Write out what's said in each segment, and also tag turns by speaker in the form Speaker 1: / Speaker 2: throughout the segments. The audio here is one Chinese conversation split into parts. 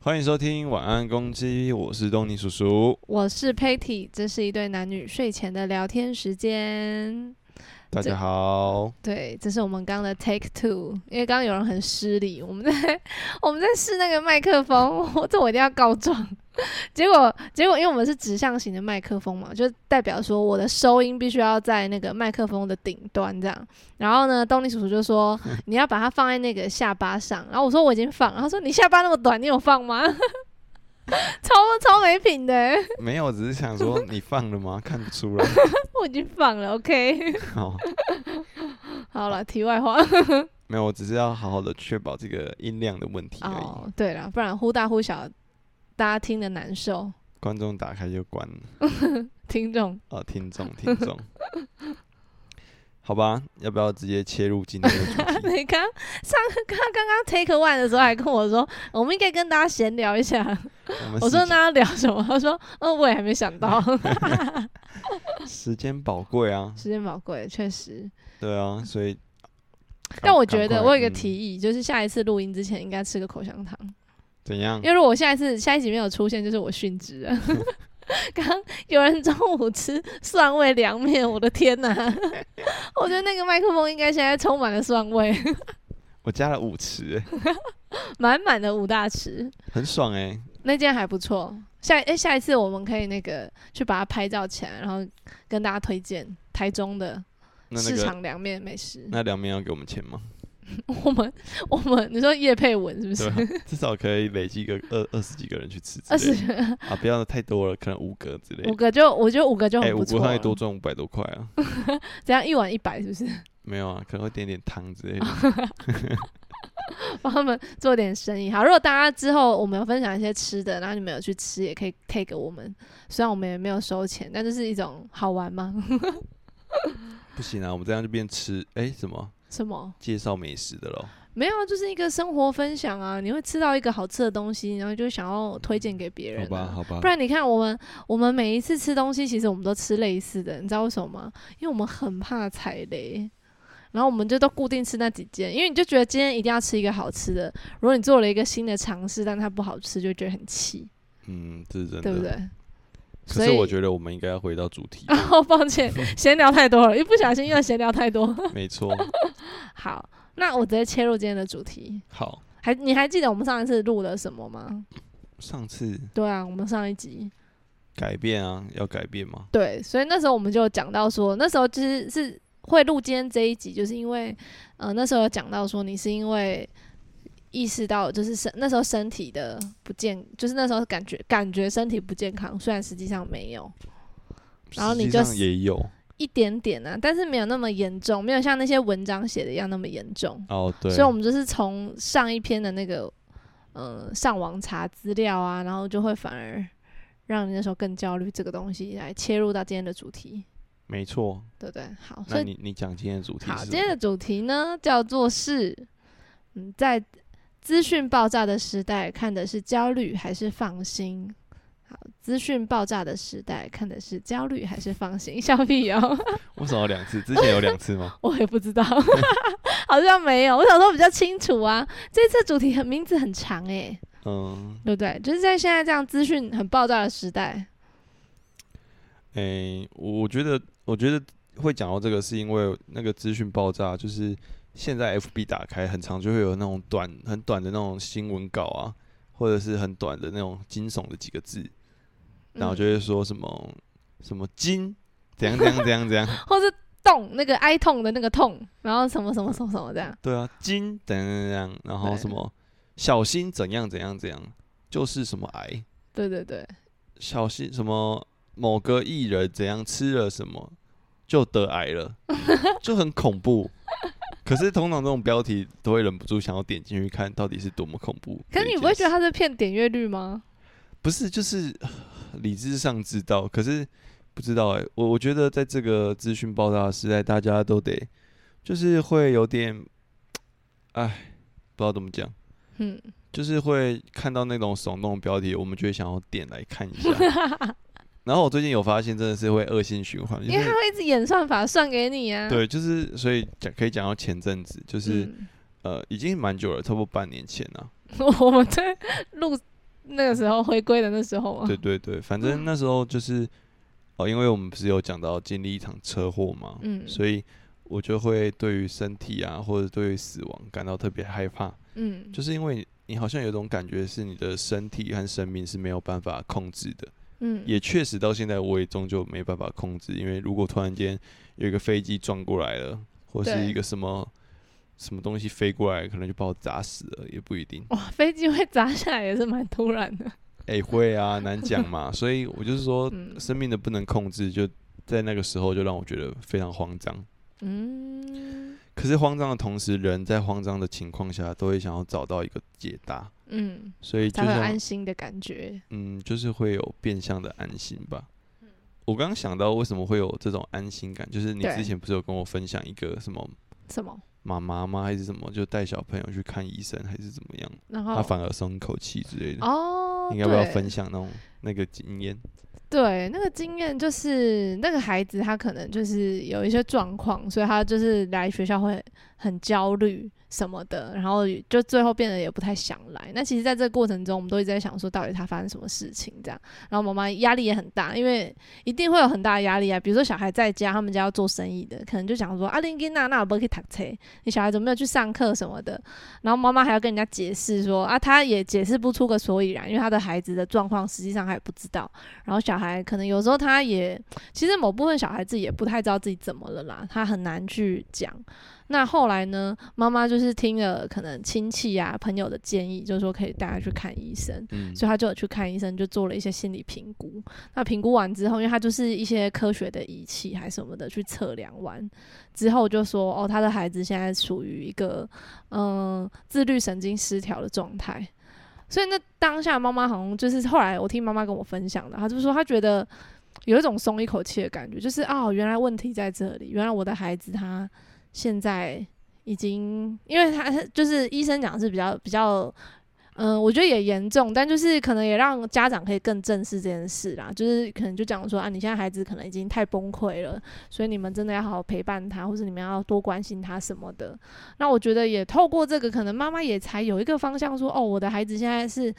Speaker 1: 欢迎收听《晚安公鸡》，我是东尼叔叔。
Speaker 2: 我是 Patty，这是一对男女睡前的聊天时间。
Speaker 1: 大家好，
Speaker 2: 对，这是我们刚刚的 Take Two，因为刚刚有人很失礼，我们在 我们在试那个麦克风， 我这我一定要告状。 结果结果，因为我们是指向型的麦克风嘛，就代表说我的收音必须要在那个麦克风的顶端这样。然后呢，东尼叔叔就说你要把它放在那个下巴上，然后我说我已经放了，他说你下巴那么短，你有放吗？ 超超没品的、
Speaker 1: 没有，只是想说你放了吗？看不出 来。哦
Speaker 2: 我已经放了，OK。
Speaker 1: 好，
Speaker 2: 好了，题外话。
Speaker 1: 没有，我只是要好好的确保这个音量的问题而已。
Speaker 2: 哦，对了，不然忽大忽小，大家听得难受。
Speaker 1: 观众打开就关了。
Speaker 2: 听众，
Speaker 1: 哦，听众，听众。好吧，要不要直接切入今天的主题？
Speaker 2: 你刚上刚刚刚 take one 的时候还跟我说，我们应该跟大家闲聊一下。
Speaker 1: 我们
Speaker 2: 我说
Speaker 1: 时间
Speaker 2: 那要聊什么？他说，嗯，我也还没想 到。
Speaker 1: 时间宝贵啊，
Speaker 2: 时间宝贵，确 实。
Speaker 1: 对啊，所以。
Speaker 2: 但我
Speaker 1: 赶
Speaker 2: 觉得
Speaker 1: 赶快
Speaker 2: 我有一个
Speaker 1: 嗯
Speaker 2: 提议，就是下一次录音之前应该吃个口香糖，
Speaker 1: 怎样
Speaker 2: 因？为如果我下一次下一集没有出现，就是我殉职 了。刚有人中午吃蒜味凉面，我的天 哪！我觉得那个麦克风应该现在充满了蒜味。
Speaker 1: 我加了五匙、欸，
Speaker 2: 满满的五大池，
Speaker 1: 很爽哎、
Speaker 2: 那件还不错。下哎、下一次我们可以那个去把它拍照起来，然后跟大家推荐台中的
Speaker 1: 那那
Speaker 2: 市
Speaker 1: 个
Speaker 2: 场凉面美食。
Speaker 1: 那凉面要给我们钱吗？
Speaker 2: 我们 我们你说叶佩文是不
Speaker 1: 对
Speaker 2: 是？
Speaker 1: 吧？至少可以累积个二二十几个人去吃之类的。
Speaker 2: 二十
Speaker 1: 啊，不要太多了，可能五个之类
Speaker 2: 五
Speaker 1: 的。
Speaker 2: 个就我觉得五个就
Speaker 1: 哎、
Speaker 2: 很
Speaker 1: 五
Speaker 2: 不
Speaker 1: 个
Speaker 2: 错、啊
Speaker 1: 他也多赚五百多块啊？
Speaker 2: 这样一碗一百是不是？
Speaker 1: 没有啊，可能会点点汤之类的。
Speaker 2: 帮他们做点生意。好，如果大家之后我们有分享一些吃的，然后你们有去吃，也可以 take 给我们。虽然我们也没有收钱，但就是一种好玩吗？
Speaker 1: 不行啊，我们这样就变吃哎、什么
Speaker 2: 什么？
Speaker 1: 介绍美食的咯。
Speaker 2: 没有，啊就是一个生活分享啊。你会吃到一个好吃的东西，然后就想要推荐给别人、
Speaker 1: 好吧，
Speaker 2: 啊。
Speaker 1: 好吧
Speaker 2: 不。然你看，我们我们每一次吃东西，其实我们都吃类似的，你知道为什么吗？因为我们很怕踩雷，然后我们就都固定吃那几间，因为你就觉得今天一定要吃一个好吃的。如果你做了一个新的尝试，但它不好吃，就觉得很气，
Speaker 1: 嗯，这是真的。
Speaker 2: 对不对？
Speaker 1: 可
Speaker 2: 所
Speaker 1: 是
Speaker 2: 以。
Speaker 1: 我觉得我们应该要回到主题
Speaker 2: 哦，抱歉，闲聊太多了，一不小心又闲聊太多。
Speaker 1: 没错。
Speaker 2: 好，那我直接切入今天的主题。
Speaker 1: 好，
Speaker 2: 还你还记得我们上一次录了什么吗？
Speaker 1: 上次
Speaker 2: 对啊，我们上一集
Speaker 1: 改变啊，要改变吗？
Speaker 2: 对，所以那时候我们就有讲到说，那时候其实是会录今天这一集，就是因为，呃，那时候有讲到说你是因为意识到就是身那时候身体的不健，就是那时候感觉感觉身体不健康，虽然实际上没有然后
Speaker 1: 实
Speaker 2: 你
Speaker 1: 际
Speaker 2: 就
Speaker 1: 上
Speaker 2: 是
Speaker 1: 也有
Speaker 2: 一点点啊，但是没有那么严重，没有像那些文章写的一样那么严重。
Speaker 1: 哦，对。
Speaker 2: 所以我们就是从上一篇的那个，呃，上网查资料啊，然后就会反而让你那时候更焦虑这个东西，来切入到今天的主题，
Speaker 1: 没错。
Speaker 2: 对不对？好，所
Speaker 1: 那
Speaker 2: 以
Speaker 1: 你你讲今天的主题
Speaker 2: 好，
Speaker 1: 是什
Speaker 2: 今天
Speaker 1: 么
Speaker 2: 的主题呢叫做是，嗯，在资讯爆炸的时代，看的是焦虑还是放心？好，资讯爆炸的时代，看的是焦虑还是放心？ 笑屁哦！
Speaker 1: 为什么有两次？之前有两次吗？
Speaker 2: 我也不知道， 好像没有。我想说比较清楚啊，这次主题很名字很长欸诶、
Speaker 1: 嗯，
Speaker 2: 对不对？就是在现在这样资讯很爆炸的时代，
Speaker 1: 诶、我我觉得，我觉得会讲到这个，是因为那个资讯爆炸，就是现在 FB 打开，很常就会有那种短、很短的那种新闻稿啊，或者是很短的那种惊悚的几个字，然
Speaker 2: 嗯
Speaker 1: 后就会说什么、什么惊，怎样怎样怎样怎样，
Speaker 2: 或是痛那个哀痛的那个痛，然后什么什么什么什么这样，
Speaker 1: 对啊，惊怎样怎样，然后
Speaker 2: 对
Speaker 1: 什么小心怎样怎样怎样，就是什么癌，
Speaker 2: 对对对，
Speaker 1: 小心什么某个艺人怎样吃了什么就得癌 了，就很恐怖。可是通常这种标题都会忍不住想要点进去看到底是多么恐怖的
Speaker 2: 可
Speaker 1: 一件事。
Speaker 2: 是你不会觉得他在骗点阅率吗？
Speaker 1: 不是，就是呃理智上知道，可是不知道哎、我我觉得在这个资讯爆炸的时代，大家都得就是会有点，哎，不知道怎么讲。
Speaker 2: 嗯，
Speaker 1: 就是会看到那种耸动的标题，我们就会想要点来看一 下。然后我最近有发现，真的是会恶性循环，就
Speaker 2: 因为他
Speaker 1: 是
Speaker 2: 会一直演算法算给你啊。
Speaker 1: 对，就是所以讲可以讲到前阵子，就是、
Speaker 2: 嗯，
Speaker 1: 呃已经蛮久了，差不多半年前了、
Speaker 2: 我们在录那个时候回归的那时候嘛，
Speaker 1: 对对对，反
Speaker 2: 嗯
Speaker 1: 正那时候就是、哦，因为我们不是有讲到经历一场车祸嘛，
Speaker 2: 嗯
Speaker 1: 所以我就会对于身体啊，或者对于死亡感到特别害怕，
Speaker 2: 嗯，
Speaker 1: 就是因为你你好像有种感觉是你的身体和生命是没有办法控制的，
Speaker 2: 嗯
Speaker 1: 也确实到现在我也终究没办法控制，因为如果突然间有一个飞机撞过来了，或是
Speaker 2: 对
Speaker 1: 一个什么什么东西飞过来，可能就把我砸死了，也不一定。
Speaker 2: 哇，飞机会砸下来也是蛮突然 的，
Speaker 1: 哎、会啊，难讲嘛。所以我就是说，
Speaker 2: 嗯
Speaker 1: 生命的不能控制，就在那个时候就让我觉得非常慌张。
Speaker 2: 嗯
Speaker 1: 可是慌张的同时，人在慌张的情况下，都会想要找到一个解答，
Speaker 2: 嗯，
Speaker 1: 所以就
Speaker 2: 才会有
Speaker 1: 像
Speaker 2: 安心的感觉，
Speaker 1: 嗯，就是会有变相的安心吧。
Speaker 2: 嗯
Speaker 1: 我刚刚想到为什么会有这种安心感，就是你
Speaker 2: 对
Speaker 1: 之前不是有跟我分享一个什么
Speaker 2: 什么？
Speaker 1: 妈妈吗，还是什么，就带小朋友去看医生还是怎么样，
Speaker 2: 然后
Speaker 1: 他反而松一口气之类的。
Speaker 2: 哦，
Speaker 1: 你要不要
Speaker 2: 对
Speaker 1: 分享那种那个经验？
Speaker 2: 对，那个经验就是那个孩子他可能就是有一些状况，所以他就是来学校会很焦虑什么的，然后就最后变得也不太想来。那其实，在这个过程中，我们都一直在想说，到底他发生什么事情这样。然后妈妈压力也很大，因为一定会有很大的压力啊。比如说小孩在家，他们家要做生意的，可能就想说啊，林吉娜那不可以读车，你小孩怎么没有去上课什么的。然后妈妈还要跟人家解释说啊，她也解释不出个所以然，因为她的孩子的状况实际上她也不知道。然后小孩可能有时候他也，其实某部分小孩自己也不太知道自己怎么了啦，他很难去讲。那后来呢，妈妈就是听了可能亲戚啊朋友的建议，就是说可以带他去看医生。
Speaker 1: 嗯，
Speaker 2: 所以他就有去看医生，就做了一些心理评估。那评估完之后，因为他就是一些科学的仪器还什么的去测量完之后，就说哦，他的孩子现在处于一个嗯、呃自律神经失调的状态。所以那当下妈妈好像就是后来我听妈妈跟我分享的，她就说她觉得有一种松一口气的感觉，就是啊、原来问题在这里，原来我的孩子他现在已经，因为他就是医生讲是比较比较嗯，我觉得也严重，但就是可能也让家长可以更正视这件事啦。就是可能就讲说啊，你现在孩子可能已经太崩溃了，所以你们真的要好好陪伴他，或者你们要多关心他什么的。那我觉得也透过这个，可能妈妈也才有一个方向说，哦，我的孩子现在是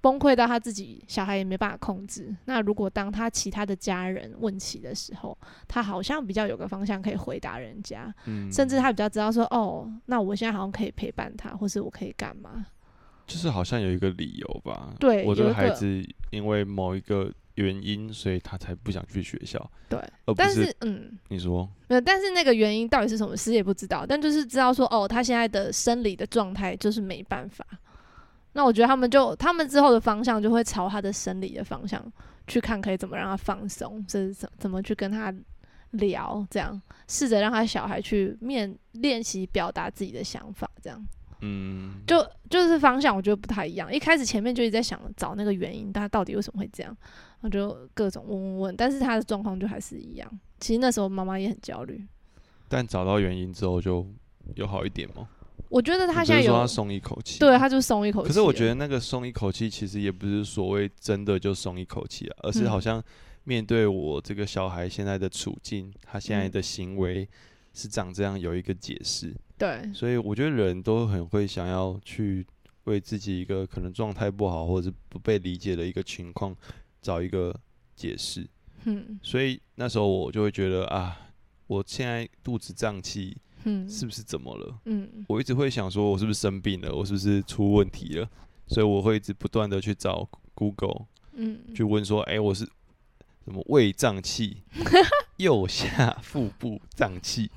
Speaker 2: 崩溃到他自己小孩也没办法控制。那如果当他其他的家人问起的时候，他好像比较有个方向可以回答人家，
Speaker 1: 嗯
Speaker 2: 甚至他比较知道说，哦，那我现在好像可以陪伴他，或是我可以干嘛。
Speaker 1: 哦就是好像有一个理由吧。
Speaker 2: 对
Speaker 1: 我
Speaker 2: 有
Speaker 1: 的
Speaker 2: 一
Speaker 1: 孩
Speaker 2: 个
Speaker 1: 子因为某一个原因，所以他才不想去学校。
Speaker 2: 对，
Speaker 1: 而不
Speaker 2: 但
Speaker 1: 是
Speaker 2: 是嗯。
Speaker 1: 你说，
Speaker 2: 没有，但是那个原因到底是什么，谁也不知道。但就是知道说，哦，他现在的生理的状态就是没办法。那我觉得他们就他们之后的方向就会朝他的生理的方向去看，可以怎么让他放松，这是怎怎么去跟他聊，这样试着让他小孩去面练习表达自己的想法，这样
Speaker 1: 嗯，
Speaker 2: 就就是方向我觉得不太一样。一开始前面就一直在想找那个原因，他到底为什么会这样，然后就各种问问问，但是他的状况就还是一样。其实那时候妈妈也很焦虑，
Speaker 1: 但找到原因之后就有好一点吗？
Speaker 2: 我觉得他
Speaker 1: 你
Speaker 2: 现在
Speaker 1: 不是
Speaker 2: 有
Speaker 1: 说他松一口气，
Speaker 2: 对，他就松一口气了。
Speaker 1: 可是我觉得那个松一口气，其实也不是所谓真的就松一口气啊，而是
Speaker 2: 嗯
Speaker 1: 好像面对我这个小孩现在的处境，他现在
Speaker 2: 嗯
Speaker 1: 的行为是长这样，有一个解释。
Speaker 2: 对，
Speaker 1: 所以我觉得人都很会想要去为自己一个可能状态不好或者是不被理解的一个情况找一个解释。
Speaker 2: 嗯
Speaker 1: 所以那时候我就会觉得啊，我现在肚子胀气，
Speaker 2: 嗯
Speaker 1: 是不是怎么了？
Speaker 2: 嗯
Speaker 1: 我一直会想说，我是不是生病了？我是不是出问题了？所以我会一直不断的去找 Google
Speaker 2: 嗯
Speaker 1: 去问说，哎、我是什么胃胀 气、右下腹部胀气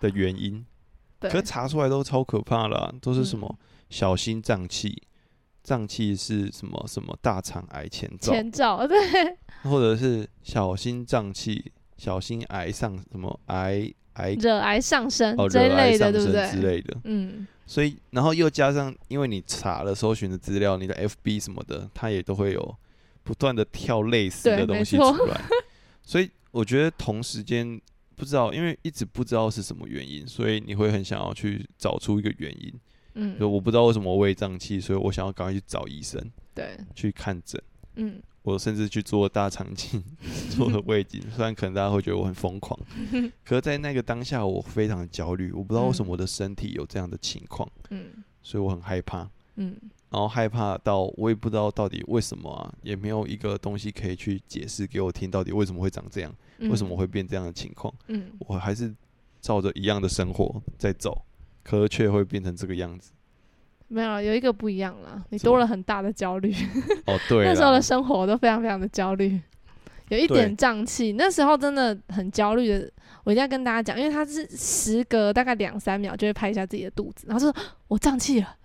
Speaker 1: 的原因？
Speaker 2: 对
Speaker 1: 可查出来都超可怕了啊、都是什
Speaker 2: 嗯
Speaker 1: 么、小心胀气，胀气是什么什么大肠癌前兆，
Speaker 2: 前兆 对
Speaker 1: 或者是小心胀气，小心癌上什么癌癌
Speaker 2: 惹癌上升
Speaker 1: 哦
Speaker 2: 嗯这一
Speaker 1: 惹癌
Speaker 2: 类的，
Speaker 1: 上
Speaker 2: 对不
Speaker 1: 升
Speaker 2: 对？
Speaker 1: 之类的。
Speaker 2: 嗯
Speaker 1: 所以，然后又加上，因为你查了搜寻的资料，你的 FB 什么的，它也都会有不断的跳类似
Speaker 2: 对
Speaker 1: 的东西
Speaker 2: 没错
Speaker 1: 出来。所以我觉得同时间不知道，因为一直不知道是什么原因，所以你会很想要去找出一个原因。就
Speaker 2: 嗯，
Speaker 1: 我不知道为什么我胃胀气，所以我想要赶快去找医生
Speaker 2: 对，
Speaker 1: 去看诊。
Speaker 2: 嗯
Speaker 1: 我甚至去做大肠镜， 做了胃镜，虽然可能大家会觉得我很疯 狂，可是在那个当下我非常焦虑，我不知道为什么我的身体有这样的情况，
Speaker 2: 嗯
Speaker 1: 所以我很害怕。
Speaker 2: 嗯
Speaker 1: 然后害怕到我也不知道到底为什么啊，也没有一个东西可以去解释给我听到底为什么会长这样，
Speaker 2: 嗯
Speaker 1: 为什么会变这样的情况。
Speaker 2: 嗯，
Speaker 1: 我还是照着一样的生活在走，可是却会变成这个样子。
Speaker 2: 没有有一个不一样了，你
Speaker 1: 什么
Speaker 2: 多了很大的焦虑。
Speaker 1: 哦，对啦，
Speaker 2: 那时候的生活都非常非常的焦虑，有一点
Speaker 1: 对
Speaker 2: 胀气。那时候真的很焦虑的，我一定要跟大家讲，因为他是时隔大概两三秒就会拍一下自己的肚子，然后说我胀气了。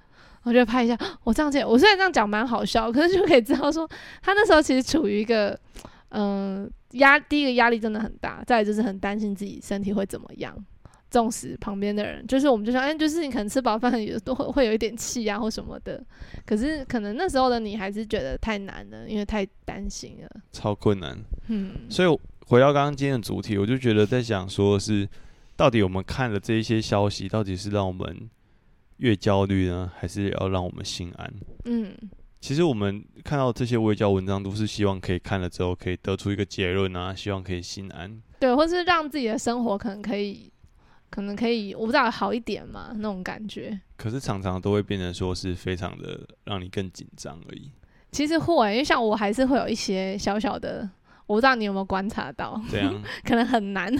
Speaker 2: 我就会拍一下，哦我胀气了。我虽然这样讲蛮好笑，可是就可以知道说，他那时候其实处于一个，嗯、压第一个压力真的很大，再来就是很担心自己身体会怎么样。纵使旁边的人，就是我们就想，哎，就是你可能吃饱饭也都会会有一点气啊或什么的，可是可能那时候的你还是觉得太难了，因为太担心了。
Speaker 1: 超困难。
Speaker 2: 嗯，
Speaker 1: 所以我回到刚刚今天的主题，我就觉得在想说是，到底我们看了这一些消息，到底是让我们越焦虑呢，还是要让我们心安？
Speaker 2: 嗯，
Speaker 1: 其实我们看到这些微教文章，都是希望可以看了之后可以得出一个结论啊，希望可以心安。
Speaker 2: 对，或是让自己的生活可能可以，可能可以，我不知道好一点嘛，那种感觉。
Speaker 1: 可是常常都会变成说是非常的让你更紧张而已，
Speaker 2: 其实会，因为像我还是会有一些小小的，我不知道你有没有观察到，
Speaker 1: 这样
Speaker 2: 可能很难。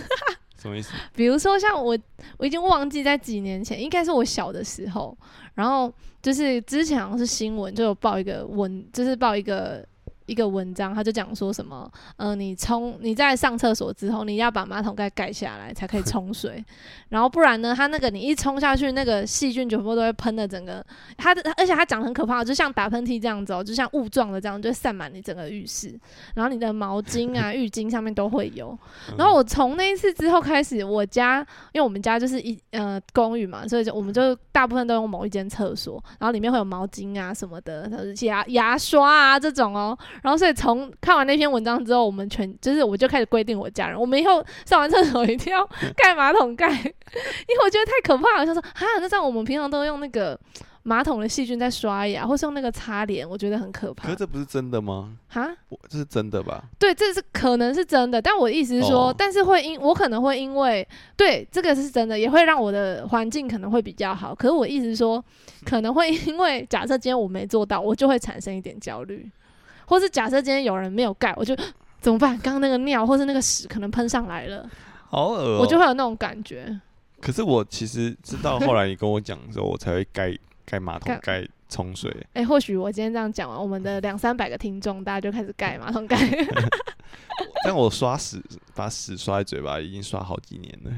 Speaker 1: 什么意思？
Speaker 2: 比如说像我，我已经忘记在几年前，应该是我小的时候，然后就是之前好像是新闻就有报一个文，就是报一个一个文章，他就讲说什么，呃，你冲你在上厕所之后，你要把马桶盖盖下来才可以冲水，然后不然呢，它那个你一冲下去，那个细菌全部都会喷的整个，它的而且它讲得很可怕，就像打喷嚏这样子哦，就像雾状的这样，就会散满你整个浴室，然后你的毛 巾啊、浴巾上面都会有。
Speaker 1: 嗯
Speaker 2: 然后我从那一次之后开始，我家因为我们家就是一呃公寓嘛，所以就我
Speaker 1: 嗯
Speaker 2: 们就大部分都用某一间厕所，然后里面会有毛巾啊什么的，然后牙牙刷啊这种哦。然后所以从看完那篇文章之后，我们全就是我就开始规定我家人，我们以后上完厕所一定要盖马桶盖，因 为我觉得太可怕了。他说哈，那这样我们平常都用那个马桶的细菌在刷牙，或是用那个擦脸，我觉得很可
Speaker 1: 可
Speaker 2: 怕
Speaker 1: 是。这不是真的吗？
Speaker 2: 哈，
Speaker 1: 我这是真的吧？
Speaker 2: 对，这是可能是真的，但我的意思是说，
Speaker 1: 哦
Speaker 2: 但是会因我可能会因为对这个是真的，也会让我的环境可能会比较好。可是我意思是说，可能会因为假设今天我没做到，我就会产生一点焦虑，或是假设今天有人没有盖，我就怎么办？刚刚那个尿或是那个屎可能喷上来了，
Speaker 1: 好恶、哦
Speaker 2: 我就会有那种感觉。
Speaker 1: 可是我其实直到后来你跟我讲的时候，我才会盖盖马桶盖冲水。
Speaker 2: 哎、或许我今天这样讲完，我们的两三百个听众，大家就开始盖马桶盖。
Speaker 1: 但我刷屎，把屎刷在嘴巴，已经刷好几年了。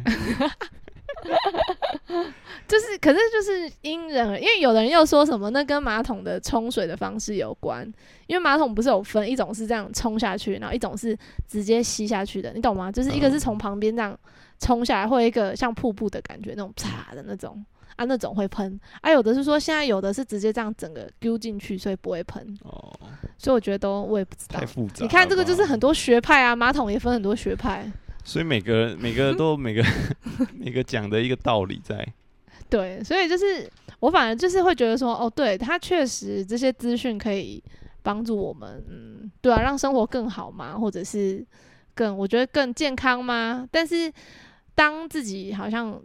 Speaker 2: 就是，可是就是因人而，因为有的人又说什么那跟马桶的冲水的方式有关，因为马桶不是有分一种是这样冲下去，然后一种是直接吸下去的，你懂吗？就是一个
Speaker 1: 嗯
Speaker 2: 是从旁边这样冲下来，或有一个像瀑布的感觉那种啪的那种啊，那种会喷啊，有的是说现在有的是直接这样整个丢进去，所以不会喷，
Speaker 1: 哦，
Speaker 2: 所以我觉得都我也不知道
Speaker 1: 太。复杂了吧。
Speaker 2: 啊你看这个就是很多学派啊，马桶也分很多学派，
Speaker 1: 所以每个人每个都每个 每个讲的一个道理在。
Speaker 2: 对，所以就是我反而就是会觉得说，哦，对，它确实这些资讯可以帮助我们，嗯，对啊，让生活更好嘛，或者是更我觉得更健康嘛。但是当自己好像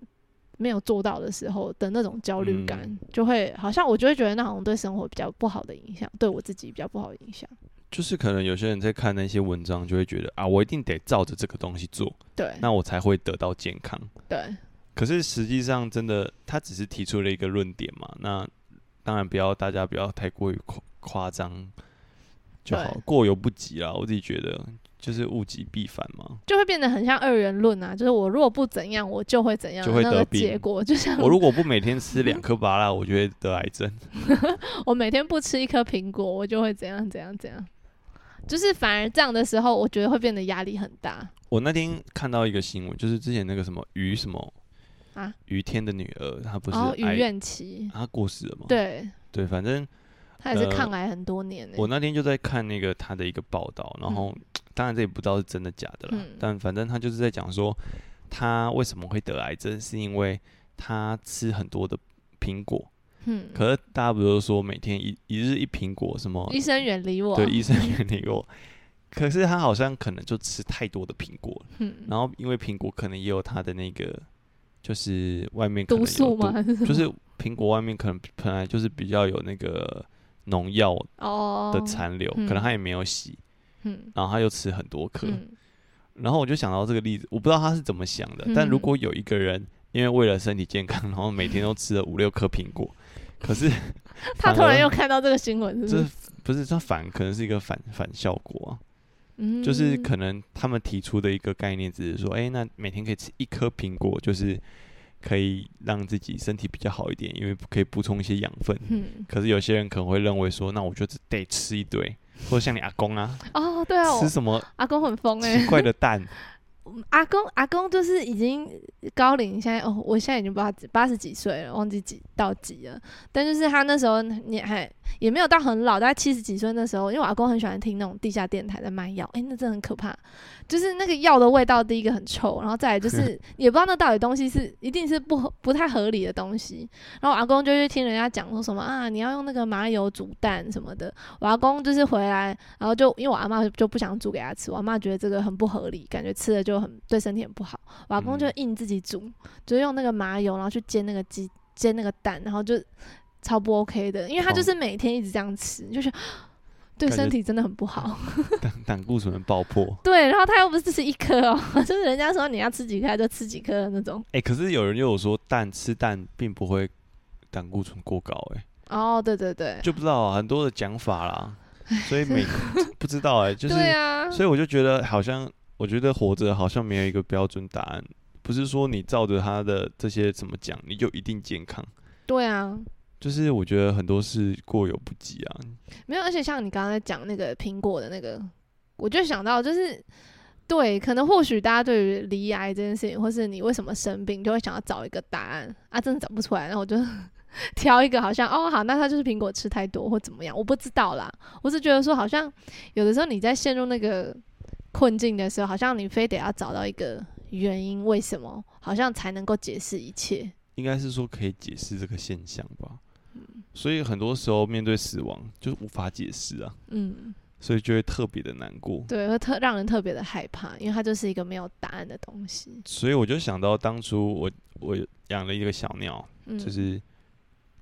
Speaker 2: 没有做到的时候的那种焦虑感，
Speaker 1: 嗯
Speaker 2: 就会好像我就会觉得那好像对生活比较不好的影响，对我自己比较不好的影响。
Speaker 1: 就是可能有些人在看那些文章，就会觉得啊，我一定得照着这个东西做，
Speaker 2: 对
Speaker 1: 那我才会得到健康。
Speaker 2: 对，
Speaker 1: 可是实际上，真的他只是提出了一个论点嘛。那当然不要大家不要太过于夸夸张就好
Speaker 2: 对，
Speaker 1: 过犹不及啦。我自己觉得就是物极必反 嘛。
Speaker 2: 就会变得很像二元论啊，就是我如果不怎样，我就会怎样，
Speaker 1: 就会
Speaker 2: 那个
Speaker 1: 得病
Speaker 2: 结果就像
Speaker 1: 我如果不每天吃两颗芭拉，我就会得癌症。
Speaker 2: 我每天不吃一颗苹果，我就会怎样怎样怎样。就是反而这样的时候，我觉得会变得压力很大。
Speaker 1: 我那天看到一个新闻，就是之前那个什么于什么
Speaker 2: 啊，
Speaker 1: 于天的女儿，她不是
Speaker 2: 然后于
Speaker 1: 癌
Speaker 2: 愿琪，
Speaker 1: 她过世了嘛？
Speaker 2: 对
Speaker 1: 对，反正
Speaker 2: 他也是
Speaker 1: 呃
Speaker 2: 抗癌很多年、欸
Speaker 1: 我那天就在看那个他的一个报道，然后、当然这也不知道是真的假的啦，
Speaker 2: 嗯
Speaker 1: 但反正他就是在讲说他为什么会得癌症，是因为他吃很多的苹果。
Speaker 2: 嗯，
Speaker 1: 可是大家不是都说每天一一日一苹果什么？
Speaker 2: 医生远离我，
Speaker 1: 对，医生远离我。可是他好像可能就吃太多的苹果了，
Speaker 2: 嗯，
Speaker 1: 然后因为苹果可能也有它的那个，就是外面可能
Speaker 2: 毒
Speaker 1: 有毒
Speaker 2: 素吗？
Speaker 1: 就是苹果外面可能本来就是比较有那个农药
Speaker 2: 哦
Speaker 1: 的残留，
Speaker 2: 嗯
Speaker 1: 可能他也没有洗，
Speaker 2: 嗯
Speaker 1: 然后他又吃很多颗，
Speaker 2: 嗯
Speaker 1: 然后我就想到这个例子，我不知道他是怎么想的，
Speaker 2: 嗯
Speaker 1: 但如果有一个人因为为了身体健康，然后每天都吃了五六颗苹 果，可是
Speaker 2: 他
Speaker 1: 反
Speaker 2: 突然
Speaker 1: 而
Speaker 2: 又看到这个新 闻，是
Speaker 1: 这
Speaker 2: 不是？
Speaker 1: 不是这反可能是一个反反效果啊，
Speaker 2: 嗯
Speaker 1: 就是可能他们提出的一个概念只是说，哎、那每天可以吃一颗苹果，就是可以让自己身体比较好一点，因为可以补充一些养分。
Speaker 2: 嗯
Speaker 1: 可是有些人可能会认为说，那我就只得吃一堆，或者像你阿公啊，
Speaker 2: 哦，对啊，我
Speaker 1: 吃什 么
Speaker 2: 阿公很疯哎、
Speaker 1: 奇怪的蛋，
Speaker 2: 阿公阿公就是已经高龄，现在哦，我现在已经八八十几岁了，忘记几到几了。但就是他那时候你还也没有到很老，大概七十几岁那时候，因为我阿公很喜欢听那种地下电台在卖药，诶，那真的很可怕。就是那个药的味道，第一个很臭，然后再来就是也不知道那到底东西是一定是不合不太合理的东西。然后我阿公就去听人家讲说什么啊，你要用那个麻油煮蛋什么的。我阿公就是回来，然后就因为我阿妈就不想煮给他吃，我阿妈觉得这个很不合理，感觉吃了就很对身体很不好。我阿公就
Speaker 1: 嗯
Speaker 2: 硬自己煮，就是用那个麻油，然后去煎那个鸡煎那个蛋，然后就超不 OK 的，因为他就是每天一直这样吃，就是。对
Speaker 1: 哦感觉
Speaker 2: 身体真的很不好，
Speaker 1: 胆胆固醇爆破。
Speaker 2: 对，然后他又不是只吃一颗哦， 就是人家说你要吃几颗他就吃几颗的那种。
Speaker 1: 哎、可是有人又有说蛋吃蛋并不会胆固醇过高、哎，
Speaker 2: 哦，对对对，
Speaker 1: 就不知道、啊、很多的讲法 啦，所以每不知道哎、就是
Speaker 2: 对啊，
Speaker 1: 所以我就觉得好像，我觉得活着好像没有一个标准答案，不是说你照着他的这些怎么讲，你就一定健康。
Speaker 2: 对啊，
Speaker 1: 就是我觉得很多事过犹不及啊，
Speaker 2: 没有，而且像你刚才讲那个苹果的那个，我就想到就是，对，可能或许大家对于离癌这件事情，或是你为什么生病，就会想要找一个答案啊，真的找不出来，然后我就 挑一个好像哦好，那他就是苹果吃太多或怎么样，我不知道啦，我是觉得说好像有的时候你在陷入那个困境的时候，好像你非得要找到一个原因，为什么好像才能够解释一切。
Speaker 1: 应该是说可以解释这个现象吧。
Speaker 2: 嗯
Speaker 1: 所以很多时候面对死亡就无法解释啊，
Speaker 2: 嗯，
Speaker 1: 所以就会特别的难过。
Speaker 2: 对，会特让人特别的害怕，因为它就是一个没有答案的东西。
Speaker 1: 所以我就想到当初我我养了一个小鸟，
Speaker 2: 嗯，
Speaker 1: 就是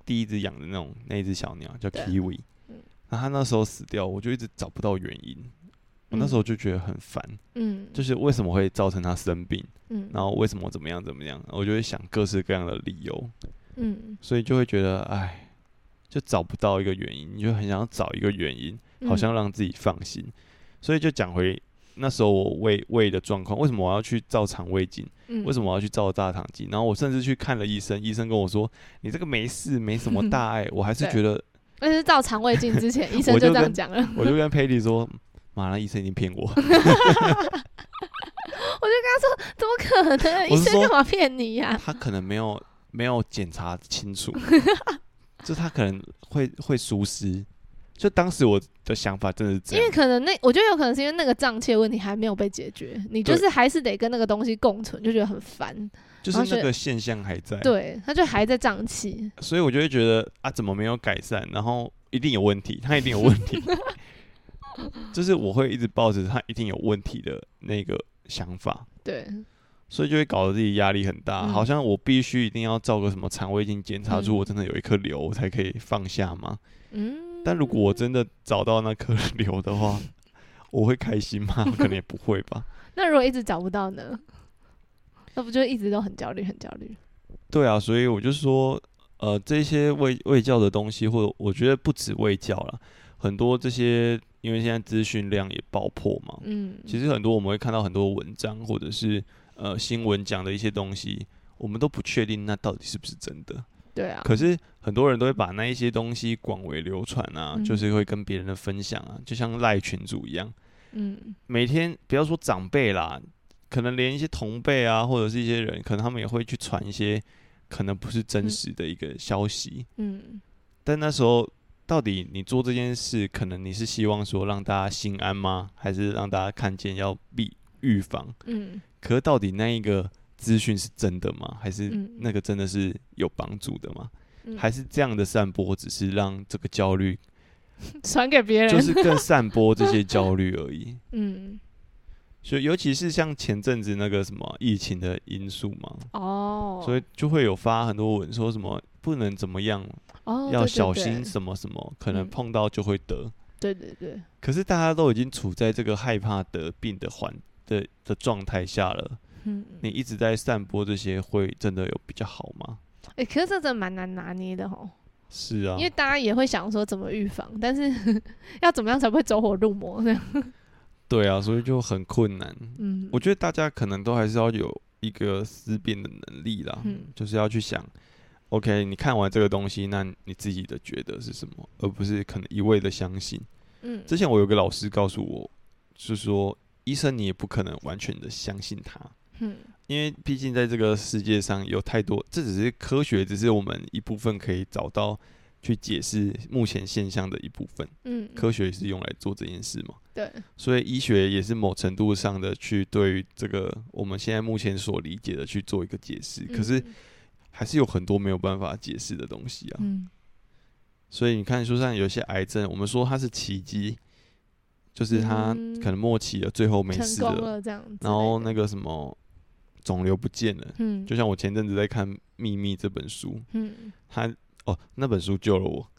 Speaker 1: 第一只养的那种那一只小鸟叫
Speaker 2: 对
Speaker 1: Kiwi，
Speaker 2: 嗯
Speaker 1: 那它那时候死掉，我就一直找不到原因，我那时候就觉得很烦，
Speaker 2: 嗯，
Speaker 1: 就是为什么会造成它生病，
Speaker 2: 嗯，
Speaker 1: 然后为什么怎么样怎么样，我就会想各式各样的理由，
Speaker 2: 嗯，
Speaker 1: 所以就会觉得哎，就找不到一个原因，你就很想找一个原因，
Speaker 2: 嗯
Speaker 1: 好像让自己放心，所以就讲回。那时候我胃胃的状况，为什么我要去照肠胃镜？
Speaker 2: 嗯
Speaker 1: 为什么我要去照大肠镜？然后我甚至去看了医生，医生跟我说：“你这个没事，没什么 大碍。”我还是
Speaker 2: 对
Speaker 1: 觉得，
Speaker 2: 那是照肠胃镜之 前，医生
Speaker 1: 我
Speaker 2: 就
Speaker 1: 就
Speaker 2: 这样
Speaker 1: 跟
Speaker 2: 讲了。
Speaker 1: 我就跟佩蒂说：“妈，那医生已经骗我。
Speaker 2: 怎么可能？
Speaker 1: 我
Speaker 2: 医
Speaker 1: 是
Speaker 2: 生
Speaker 1: 说
Speaker 2: 干嘛骗你呀、
Speaker 1: 他可能没有没有检查清 楚，就他可能会会疏失。就当时我的想法真的是这
Speaker 2: 因为
Speaker 1: 样，
Speaker 2: 可能那，我觉得有可能是因为那个胀气的问题还没有被解决，你就
Speaker 1: 对
Speaker 2: 是还是得跟那个东西共存，就觉得很烦。
Speaker 1: 就是
Speaker 2: 然后
Speaker 1: 那
Speaker 2: 是
Speaker 1: 个现象还在，
Speaker 2: 对，他就还在胀气。
Speaker 1: 所以我就会觉得啊，怎么没有改善？然后一定有问题，他一定有问 题，就是我会一直抱着他一定有问题的那个想法。
Speaker 2: 对，
Speaker 1: 所以就会搞得自己压力很大，
Speaker 2: 嗯
Speaker 1: 好像我必须一定要照个什么肠胃镜检查出我真的有一颗瘤，我才可以放下吗？
Speaker 2: 嗯。
Speaker 1: 但如果我真的找到那颗瘤的 话，我会开心吗？ 我可能也不会吧。
Speaker 2: 那如果一直找不到呢？那不就一直都很焦虑，很焦虑？
Speaker 1: 对啊，所以我就说，呃，这些卫卫教的东西，或者我觉得不止卫教啦，很多这些，因为现在资讯量也爆破嘛，
Speaker 2: 嗯，
Speaker 1: 哦其实很多我们会看到很多文章或者是呃新闻讲的一些东西，我们都不确定那到底是不是真的。
Speaker 2: 对啊，
Speaker 1: 可是很多人都会把那一些东西广为流传啊，
Speaker 2: 嗯
Speaker 1: 就是会跟别人的分享啊，就像赖群主一样，
Speaker 2: 嗯
Speaker 1: 每天不要说长辈啦，可能连一些同辈啊，或者是一些人，可能他们也会去传一些可能不是真实的一个消息。
Speaker 2: 嗯
Speaker 1: 但那时候到底你做这件事，可能你是希望说让大家心安吗？还是让大家看见要避预防？
Speaker 2: 嗯
Speaker 1: 可是到底那一个资讯是真的吗？还是
Speaker 2: 嗯
Speaker 1: 那个真的是有帮助的吗？
Speaker 2: 嗯，
Speaker 1: 还是这样的散播，只是让这个焦虑，
Speaker 2: 传给别人。
Speaker 1: 就是更散播这些焦虑而 已。
Speaker 2: 嗯，
Speaker 1: 所以，尤其是像前阵子那个什么疫情的因素嘛，
Speaker 2: 哦，
Speaker 1: 所以就会有发很多文说什么不能怎么样，
Speaker 2: 哦，
Speaker 1: 要
Speaker 2: 对对
Speaker 1: 小
Speaker 2: 对
Speaker 1: 心什么什么，可能
Speaker 2: 嗯
Speaker 1: 碰到就会得。
Speaker 2: 对对对，
Speaker 1: 可是大家都已经处在这个害怕得病的环的的状态下了，
Speaker 2: 嗯，
Speaker 1: 你一直在散播这些，会真的有比较好吗？
Speaker 2: 哎、可是这真的蛮难拿捏的哦，
Speaker 1: 是啊
Speaker 2: 因，为大家也会想说怎么预防，但是 要怎么样才不会走火入 魔呢？
Speaker 1: 对啊，所以就很困难。
Speaker 2: 嗯，
Speaker 1: 我觉得大家可能都还是要有一个思辨的能力啦，
Speaker 2: 嗯
Speaker 1: 就是要去想，OK，你看完这个东西，那你自己的觉得是什么，而不是可能一味的相信。
Speaker 2: 嗯
Speaker 1: 之前我有个老师告诉我，是说医生你也不可能完全的相信他，
Speaker 2: 嗯
Speaker 1: 因为毕竟在这个世界上有太多，这只是科学，只是我们一部分可以找到去解释目前现象的一部分。
Speaker 2: 嗯，
Speaker 1: 科学是用来做这件事嘛，
Speaker 2: 对，嗯
Speaker 1: 所以医学也是某程度上的去对于这个我们现在目前所理解的去做一个解释。
Speaker 2: 嗯
Speaker 1: 可是还是有很多没有办法解释的东西啊。
Speaker 2: 嗯
Speaker 1: 所以你看书上有些癌症，我们说它是奇迹，就是它
Speaker 2: 嗯
Speaker 1: 可能末期了，最后
Speaker 2: 嗯
Speaker 1: 没
Speaker 2: 成
Speaker 1: 事
Speaker 2: 功
Speaker 1: 了，
Speaker 2: 了这样之类的，
Speaker 1: 然后那个什么肿瘤不见了。
Speaker 2: 嗯
Speaker 1: 就像我前阵子在看《秘密》这本书，
Speaker 2: 嗯，
Speaker 1: 它哦那本书救了 我，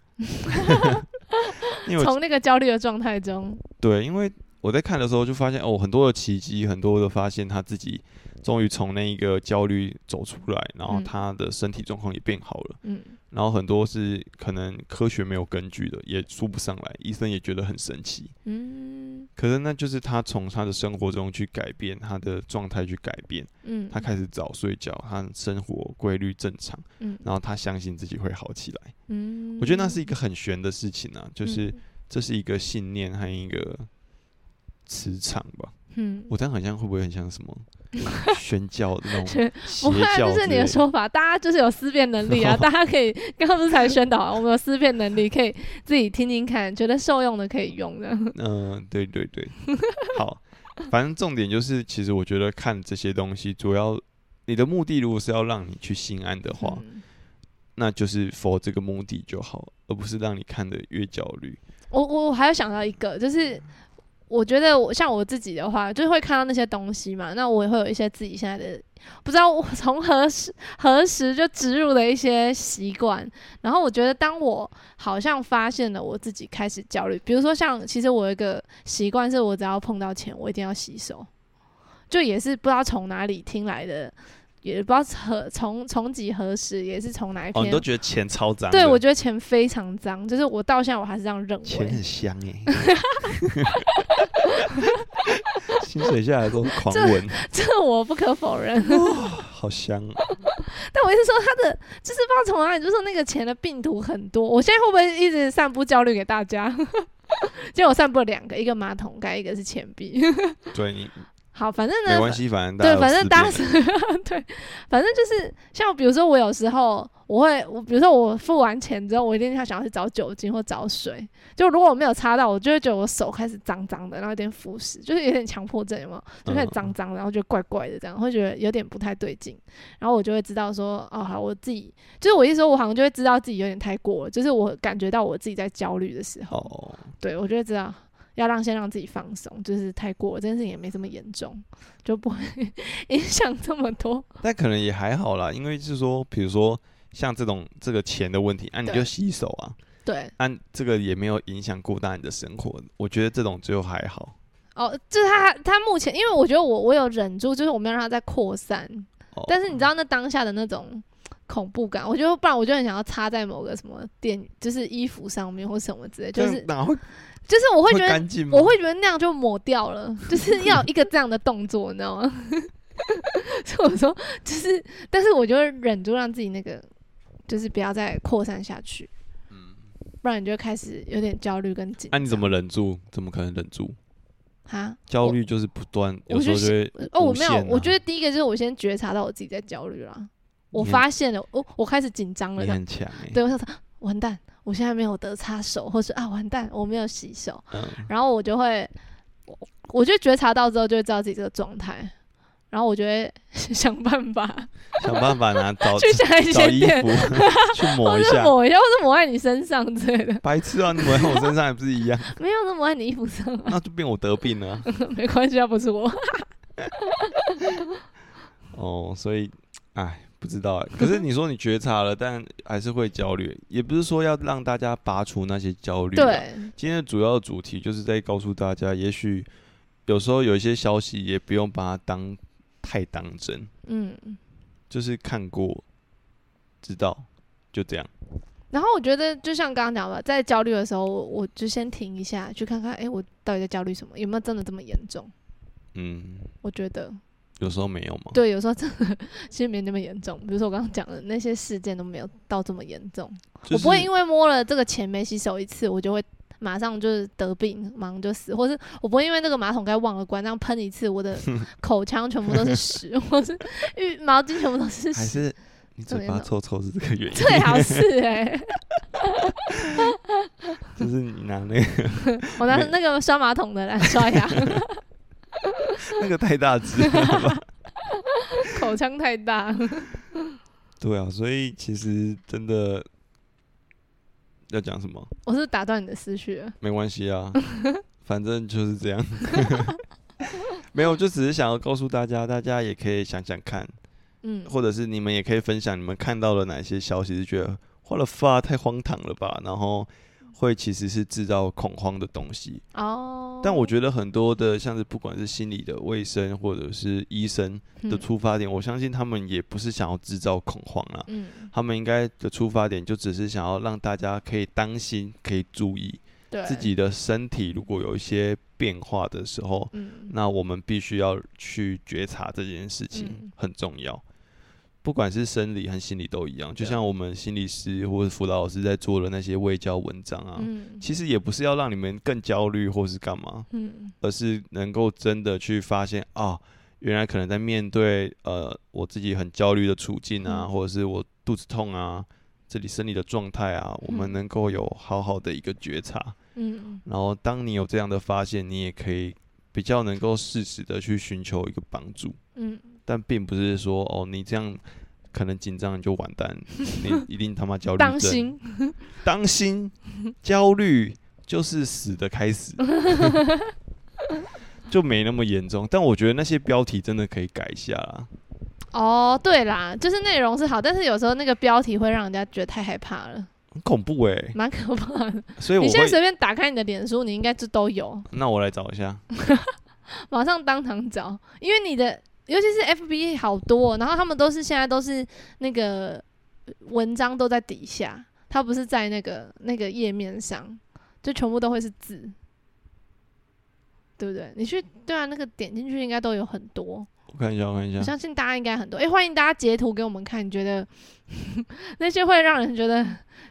Speaker 1: 因为我
Speaker 2: 从那个焦虑的状态中，
Speaker 1: 对，因为我在看的时候就发现哦，很多的奇迹，很多的发现，他自己终于从那一个焦虑走出来，然后
Speaker 2: 嗯
Speaker 1: 他的身体状况也变好了，
Speaker 2: 嗯
Speaker 1: 然后很多是可能科学没有根据的，也说不上来，医生也觉得很神奇。
Speaker 2: 嗯
Speaker 1: 可是那就是他从他的生活中去改变他的状态，去改变，
Speaker 2: 嗯，
Speaker 1: 他开始早睡觉，他生活规律正常，
Speaker 2: 嗯
Speaker 1: 然后他相信自己会好起来。
Speaker 2: 嗯，
Speaker 1: 我觉得那是一个很玄的事情啊，就是
Speaker 2: 嗯
Speaker 1: 这是一个信念和一个磁场吧。
Speaker 2: 嗯，
Speaker 1: 我这样好像会不会很像什 么宣教的那种
Speaker 2: 宣
Speaker 1: 邪
Speaker 2: 不会啊，
Speaker 1: 教
Speaker 2: 这
Speaker 1: 之
Speaker 2: 是你
Speaker 1: 类
Speaker 2: 的说法。大家就是有思辨能 力啊，大家可以刚刚不是才宣导啊，我们有思辨能力，可以自己听听看，觉得受用的可以用的。
Speaker 1: 嗯、对对对， 好，反正重点就是，其实我觉得看这些东西，主要你的目的如果是要让你去心安的话，
Speaker 2: 嗯
Speaker 1: 那就是否这个目的就好，而不是让你看的越焦虑。
Speaker 2: 我我我还有想到一个，就是我觉得我像我自己的话，就是会看到那些东西嘛，那我也会有一些自己现在的不知道我 从何时何时就植入的一些习惯，然后我觉得当我好像发现了我自己开始焦虑，比如说像其实我有一个习惯是我只要碰到钱，我一定要洗手，就也是不知道从哪里听来的。也不知道何从从几何时，也是从哪一
Speaker 1: 哦，你
Speaker 2: 篇。
Speaker 1: 都觉得钱超脏的，
Speaker 2: 啊对，我觉得钱非常脏，就是我到现在我还是这样认为。
Speaker 1: 钱很香 哎、薪水下来都是狂闻，
Speaker 2: 这 我不可否认，
Speaker 1: 好香、啊。
Speaker 2: 但我一直说他的就是不知道从哪里，就是那个钱的病毒很多。我现在会不会一直散布焦虑给大家？ 结果我散布了两个，一个马桶盖，一个是钱币。
Speaker 1: 对你
Speaker 2: 好，反正呢，
Speaker 1: 没关系，反正大家
Speaker 2: 对，
Speaker 1: 都
Speaker 2: 反正
Speaker 1: 自
Speaker 2: 大家
Speaker 1: 便
Speaker 2: 是 对，反正就是像比如说我有时候我会，我比如说我付完钱之后，我一定要想要去找酒精或找水。就如果我没有擦到，我就会觉得我手开始脏脏的，然后有点腐蚀，就是有点强迫症，有没有？就开始
Speaker 1: 嗯
Speaker 2: 脏脏，然后就怪怪的，这样会觉得有点不太对劲。然后我就会知道说，哦，好，我自己就是我一说，我好像就会知道自己有点太过了，就是我感觉到我自己在焦虑的时候，
Speaker 1: 哦，
Speaker 2: 对，我就会知道要让先让自己放松，就是太过了，这件事情也没这么严重，就不会 影响这么多。
Speaker 1: 但可能也还好啦，因为是说，比如说像这种这个钱的问题，啊，你
Speaker 2: 对
Speaker 1: 就洗手啊，
Speaker 2: 对，
Speaker 1: 啊，这个也没有影响过大你的生活，我觉得这种就还好
Speaker 2: 哦，就是他他目前，因为我觉得我我有忍住，就是我没有让它再扩散，
Speaker 1: 哦。
Speaker 2: 但是你知道那当下的那种恐怖感，我就不然我就很想要插在某个什么电，就是衣服上面或什么之类，
Speaker 1: 这
Speaker 2: 就
Speaker 1: 样
Speaker 2: 是
Speaker 1: 哪会
Speaker 2: 就是我会觉得
Speaker 1: 干净吗？
Speaker 2: 我会觉得那样就抹 掉了，就是要有一个这样的动作，你知道吗？ 所以我说就是，但是我就会忍住让自己那个，就是不要再扩散下去，
Speaker 1: 嗯，
Speaker 2: 不然你就会开始有点焦虑跟紧
Speaker 1: 啊，
Speaker 2: 张。
Speaker 1: 你怎么忍住？怎么可能忍住？
Speaker 2: 啊？
Speaker 1: 焦虑就是不断，
Speaker 2: 我
Speaker 1: 有时候
Speaker 2: 就
Speaker 1: 就会
Speaker 2: 哦，我
Speaker 1: 无
Speaker 2: 没有
Speaker 1: 限啊，
Speaker 2: 我觉得第一个就是我先觉察到我自己在焦虑了，我
Speaker 1: 你很
Speaker 2: 发现了，我我开始紧张了
Speaker 1: 你
Speaker 2: 这样，
Speaker 1: 很强哎、
Speaker 2: 对我想说啊完蛋，我现在没有得擦手，或是啊完蛋，我没有洗手，
Speaker 1: 嗯，
Speaker 2: 然后我就会，我我就觉察到之后就会知道自己这个状态，然后我就会 想办法
Speaker 1: 想办法拿哦找
Speaker 2: 去下一
Speaker 1: 找
Speaker 2: 些
Speaker 1: 衣
Speaker 2: 店
Speaker 1: 服，去抹
Speaker 2: 或
Speaker 1: 一
Speaker 2: 者
Speaker 1: 下。
Speaker 2: 抹一下，或者抹在你身上之类的，
Speaker 1: 白痴啊！你抹在我身上还不是一样？
Speaker 2: 没有，都抹在你衣服上 啊，
Speaker 1: 那就变我得病了啊、
Speaker 2: 没关系啊，不是我，
Speaker 1: 哦，所以，哎，不知道欸。可是你说你觉察了，但还是会焦虑，也不是说要让大家拔除那些焦虑。，啊
Speaker 2: 对，
Speaker 1: 今天的主要的主题就是在告诉大家，也许有时候有一些消息也不用把它当太当真，
Speaker 2: 嗯。
Speaker 1: 就是看过，知道，就这样。
Speaker 2: 然后我觉得，就像刚刚讲吧，在焦虑的时候，我我就先停一下，去看看，哎，我到底在焦虑什么？有没有真的这么严重？
Speaker 1: 嗯，
Speaker 2: 我觉得，
Speaker 1: 有时候没有嘛。
Speaker 2: 对，有时候真的 其实没那么严重。比如说我刚刚讲的那些事件都没有到这么严重。
Speaker 1: 就是、
Speaker 2: 我不会因为摸了这个钱没洗手一次，我就会马上就是得病，马上就死，或是我不会因为那个马桶盖忘了关，那样喷一次，我的 口腔全部都是屎， 或是浴毛巾全部都是
Speaker 1: 还
Speaker 2: 屎，
Speaker 1: 是你
Speaker 2: 怎么
Speaker 1: 嘴巴
Speaker 2: 样呢
Speaker 1: 臭臭是这个原因，
Speaker 2: 最好是哎、
Speaker 1: 就是你拿那个
Speaker 2: 我拿
Speaker 1: 没
Speaker 2: 那个刷马桶的来刷 牙，
Speaker 1: 那个太大只了吧？
Speaker 2: 口腔太大。
Speaker 1: 对啊，所以其实真的要讲什么
Speaker 2: 我是不是打断你的思绪了，
Speaker 1: 没关系 啊，反正就是这样。 没有，就只是想要告诉大家，大家也可以想想看，
Speaker 2: 嗯，
Speaker 1: 或者是你们也可以分享你们看到了哪些消息，是觉得花了发太荒唐了吧，然后会其实是制造恐慌的东西。
Speaker 2: 哦，
Speaker 1: 但我觉得很多的像是不管是心理的卫生或者是医生
Speaker 2: 嗯
Speaker 1: 的出发点，我相信他们也不是想要制造恐慌啊，
Speaker 2: 嗯，
Speaker 1: 他们应该的出发点就只是想要让大家可以当心，可以注意
Speaker 2: 对，
Speaker 1: 自，己的身体如果有一些变化的时候，
Speaker 2: 嗯，
Speaker 1: 那我们必须要去觉察这件事情
Speaker 2: 嗯
Speaker 1: 很重要。不管是生理和心理都一样，就像我们心理师或者辅导老师在做的那些卫教文章啊，
Speaker 2: 嗯，
Speaker 1: 其实也不是要让你们更焦虑或是干嘛，
Speaker 2: 嗯，
Speaker 1: 而是能够真的去发现啊，原来可能在面对呃我自己很焦虑的处境啊，
Speaker 2: 嗯
Speaker 1: 或者是我肚子痛啊，这里生理的状态啊，我们
Speaker 2: 嗯
Speaker 1: 能够有好好的一个觉察。
Speaker 2: 嗯，
Speaker 1: 然后当你有这样的发现，你也可以比较能够适时的去寻求一个帮助，
Speaker 2: 嗯，
Speaker 1: 但并不是说哦你这样。可能紧张你就完蛋，你一定他妈焦虑症。
Speaker 2: 当心，
Speaker 1: 当 心，焦虑就是死的开始，就没那么严重。但我觉得那些标题真的可以改一下啦。
Speaker 2: 哦，对啦，就是内容是好，但是有时候那个标题会让人家觉得太害怕了，
Speaker 1: 很恐怖哎、
Speaker 2: 蛮可怕的。
Speaker 1: 所以我
Speaker 2: 你现在
Speaker 1: 会，
Speaker 2: 随便打开你的脸书，你应该这都有，
Speaker 1: 那我来找一下。
Speaker 2: 马上当场找，因为你的尤其是 FB 好多哦、然后他们都是现在都是那个文章都在底下，它不是在那个那个页面上，就全部都会是字，对不对？你去对啊，那个点进去应该都有很多，
Speaker 1: 我看一下，我看一
Speaker 2: 我
Speaker 1: 下。
Speaker 2: 相信大家应该很多。诶，欢迎大家截图给我们看，你觉得 那些会让人觉得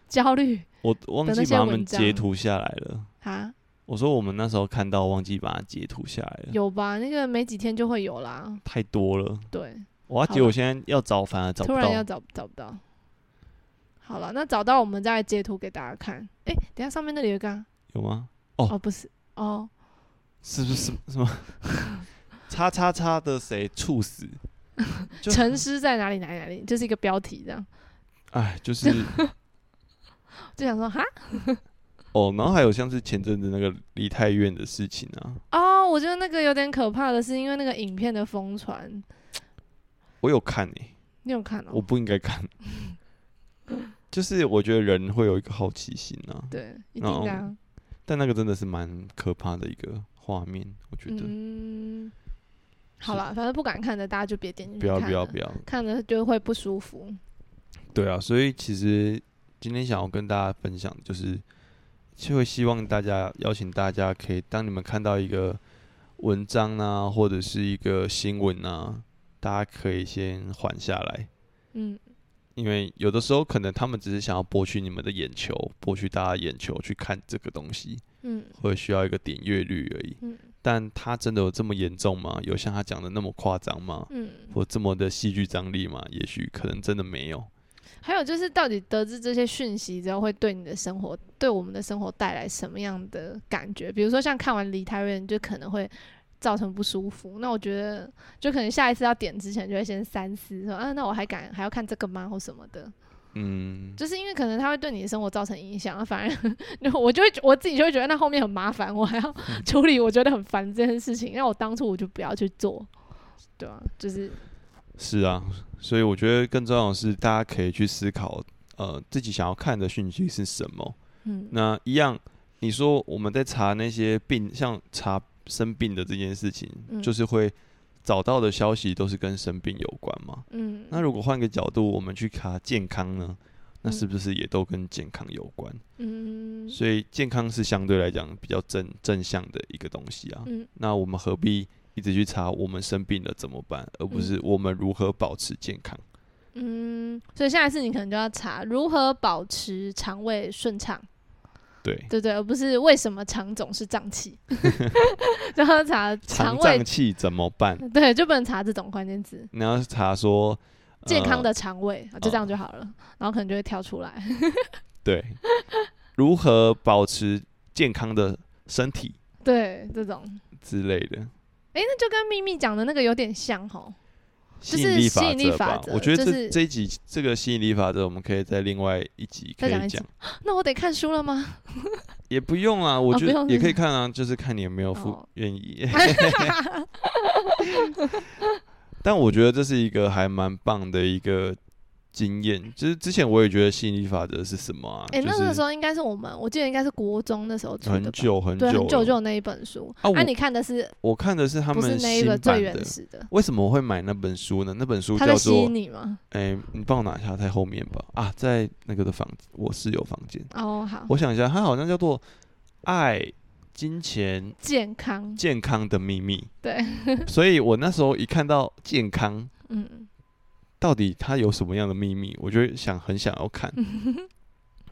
Speaker 2: 焦虑
Speaker 1: 我忘
Speaker 2: 的
Speaker 1: 记
Speaker 2: 那些
Speaker 1: 把它
Speaker 2: 文
Speaker 1: 们截
Speaker 2: 章
Speaker 1: 图下来了。
Speaker 2: 啊？
Speaker 1: 我说我们那时候看到，忘记把它截图下来了，
Speaker 2: 有吧？那个没几天就会有啦。
Speaker 1: 太多了。
Speaker 2: 对，
Speaker 1: 我要
Speaker 2: 好
Speaker 1: 截，我
Speaker 2: 了
Speaker 1: 现在要找反而找
Speaker 2: 突
Speaker 1: 不
Speaker 2: 然要
Speaker 1: 到。
Speaker 2: 找找不到。好了，那找到我们再来截图给大家看。诶，等一下上面那里有一个啊、
Speaker 1: 有吗？哦
Speaker 2: 哦，不是，哦，
Speaker 1: 是不是什么什么？ 叉叉叉的谁猝死？就
Speaker 2: 沉尸在哪里哪里哪里，就是一个标题这样。
Speaker 1: 哎，就是
Speaker 2: 就想说哈，
Speaker 1: 哦，然后还有像是前阵子那个梨泰院的事情啊，
Speaker 2: 哦，我觉得那个有点可怕的是，因为那个影片的疯传，
Speaker 1: 我有看诶、
Speaker 2: 你有看哦？
Speaker 1: 我不应该 看，就是我觉得人会有一个好奇心啊，
Speaker 2: 对，一定的、啊。
Speaker 1: 但那个真的是蛮可怕的一个画面，我觉得、
Speaker 2: 嗯，好了，反正不敢看的大家就别点进
Speaker 1: 不
Speaker 2: 去
Speaker 1: 要
Speaker 2: 看
Speaker 1: 不要
Speaker 2: 了
Speaker 1: 不要，
Speaker 2: 看了就会不舒服。
Speaker 1: 对啊，所以其实今天想要跟大家分享，就是就会希望大家邀请大家可以，当你们看到一个文章啊，或者是一个新闻啊，大家可以先缓下来，
Speaker 2: 嗯
Speaker 1: 因为有的时候可能他们只是想要博取你们的眼球，博取大家眼球去看这个东西，
Speaker 2: 嗯
Speaker 1: 或者需要一个点阅率而已。
Speaker 2: 嗯
Speaker 1: 但他真的有这么严重吗？有像他讲的那么夸张吗？
Speaker 2: 嗯。
Speaker 1: 或这么的戏剧张力吗？也许可能真的没有。
Speaker 2: 还有就是，到底得知这些讯息之后，会对你的生活，对我们的生活带来什么样的感觉？比如说，像看完《梨泰院》，就可能会造成不舒服。那我觉得，就可能下一次要点之前，就会先三思，说啊，那我还敢还要看这个吗？或什么的。
Speaker 1: 嗯，
Speaker 2: 就是因为可能它会对你的生活造成影响，反而 我就会我自己就会觉得那后面很麻烦，我还要
Speaker 1: 嗯
Speaker 2: 处理，我觉得很烦这件事情。那我当初我就不要去做，对啊，就是
Speaker 1: 是啊，所以我觉得更重要的是，大家可以去思考，呃，自己想要看的讯息是什么。
Speaker 2: 嗯
Speaker 1: 那一样，你说我们在查那些病，像查生病的这件事情，
Speaker 2: 嗯
Speaker 1: 就是会找到的消息都是跟生病有关嘛？
Speaker 2: 嗯，
Speaker 1: 那如果换个角度，我们去查健康呢，那
Speaker 2: 嗯
Speaker 1: 是不是也都跟健康有关？
Speaker 2: 嗯
Speaker 1: 所以健康是相对来讲比较正正向的一个东西啊。
Speaker 2: 嗯
Speaker 1: 那我们何必一直去查我们生病了怎么办，而不是我们如何保持健康？
Speaker 2: 嗯，所以下一次你可能就要查如何保持肠胃顺畅，
Speaker 1: 对，
Speaker 2: 对不对，而不是为什么肠总是胀 气，然后查
Speaker 1: 肠
Speaker 2: 肠胃
Speaker 1: 胀，气怎么办？
Speaker 2: 对，就不能查这种关键字。
Speaker 1: 你要查说、呃哦
Speaker 2: 健康的肠胃，啊就这样就好了，然后可能就会跳出来。
Speaker 1: 对， 如何保持健康的身体
Speaker 2: 对，这种，
Speaker 1: 之类的。
Speaker 2: 诶，那就跟秘密讲的那个有点像吼。
Speaker 1: 吸
Speaker 2: 是
Speaker 1: 引力
Speaker 2: 吸
Speaker 1: 法
Speaker 2: 引力
Speaker 1: 则
Speaker 2: 法
Speaker 1: 吧，
Speaker 2: 则
Speaker 1: 我觉得
Speaker 2: 就
Speaker 1: 这、
Speaker 2: 是
Speaker 1: 这一集这个吸引力法则，我们可以在另外一集可
Speaker 2: 再
Speaker 1: 以
Speaker 2: 讲一
Speaker 1: 讲，
Speaker 2: 集 那我得看书了 吗？
Speaker 1: 也不用啊，我
Speaker 2: 哦
Speaker 1: 觉
Speaker 2: 不
Speaker 1: 得
Speaker 2: 用
Speaker 1: 也
Speaker 2: 是
Speaker 1: 可以看啊，就是看你有没有付
Speaker 2: 哦
Speaker 1: 愿意。 但我觉得这是一个还蛮棒的一个经验，就是之前我也觉得吸引力法则是什么啊，
Speaker 2: 诶，
Speaker 1: 就
Speaker 2: 那个
Speaker 1: 是
Speaker 2: 时候应该是我们，我记得应该是国中那时候出的吧
Speaker 1: 很，久很久
Speaker 2: 对，很久
Speaker 1: 了
Speaker 2: 就有那一本书。
Speaker 1: 啊我
Speaker 2: 你看的是
Speaker 1: 我看的是他
Speaker 2: 不是
Speaker 1: 们
Speaker 2: 那
Speaker 1: 新
Speaker 2: 一个
Speaker 1: 版
Speaker 2: 最原
Speaker 1: 的。
Speaker 2: 始的？
Speaker 1: 为什么我会买那本书呢？那本书
Speaker 2: 他
Speaker 1: 叫
Speaker 2: 在吸
Speaker 1: 做
Speaker 2: 引你吗？
Speaker 1: “哎、你帮我拿一下，在后面吧。”啊，在那个的房，我室友房间。
Speaker 2: 哦，好，
Speaker 1: 我想一下，它好像叫做《爱、金钱、
Speaker 2: 健康，
Speaker 1: 健康的秘密
Speaker 2: 对，》。
Speaker 1: 所以我那时候一看到健康，
Speaker 2: 嗯
Speaker 1: 到底它有什么样的秘密，我就会想很想要
Speaker 2: 嗯
Speaker 1: 看。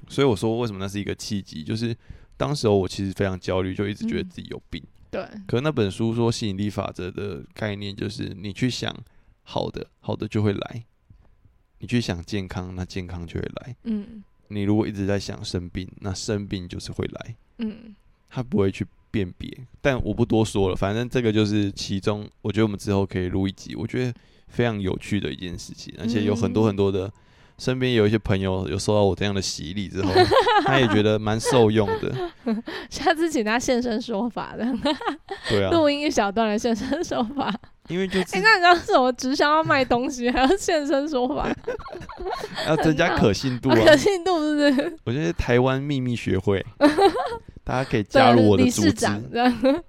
Speaker 1: 所以我说，为什么那是一个契机？就是当时候我其实非常焦虑，就一直觉得
Speaker 2: 嗯
Speaker 1: 自己有病。
Speaker 2: 对，
Speaker 1: 可那本书说吸引力法则的概念就是，你去想好的，好的就会来；你去想健康，那健康就会来。
Speaker 2: 嗯
Speaker 1: 你如果一直在想生病，那生病就是会来，
Speaker 2: 嗯
Speaker 1: 它不会去辨别。但我不多说了，反正这个就是其中，我觉得我们之后可以录一集，我觉得非常有趣的一件事情，而且有很多
Speaker 2: 嗯
Speaker 1: 很多的。身边有一些朋友有受到我这样的洗礼 之后，他也觉得蛮受用的，
Speaker 2: 下次请他现身说法的，
Speaker 1: 对啊，
Speaker 2: 录音一小段的现身说 法。
Speaker 1: 因为就自
Speaker 2: 哎、那你知道什么直销要卖东西，还要现身说法，
Speaker 1: 要增加
Speaker 2: 很
Speaker 1: 可信度
Speaker 2: 啊
Speaker 1: 啊，
Speaker 2: 可信度是不是？
Speaker 1: 我觉得台湾秘密学会， 大家可以加入
Speaker 2: 对，啊
Speaker 1: 我的
Speaker 2: 理
Speaker 1: 组
Speaker 2: 事
Speaker 1: 织。
Speaker 2: 长这样，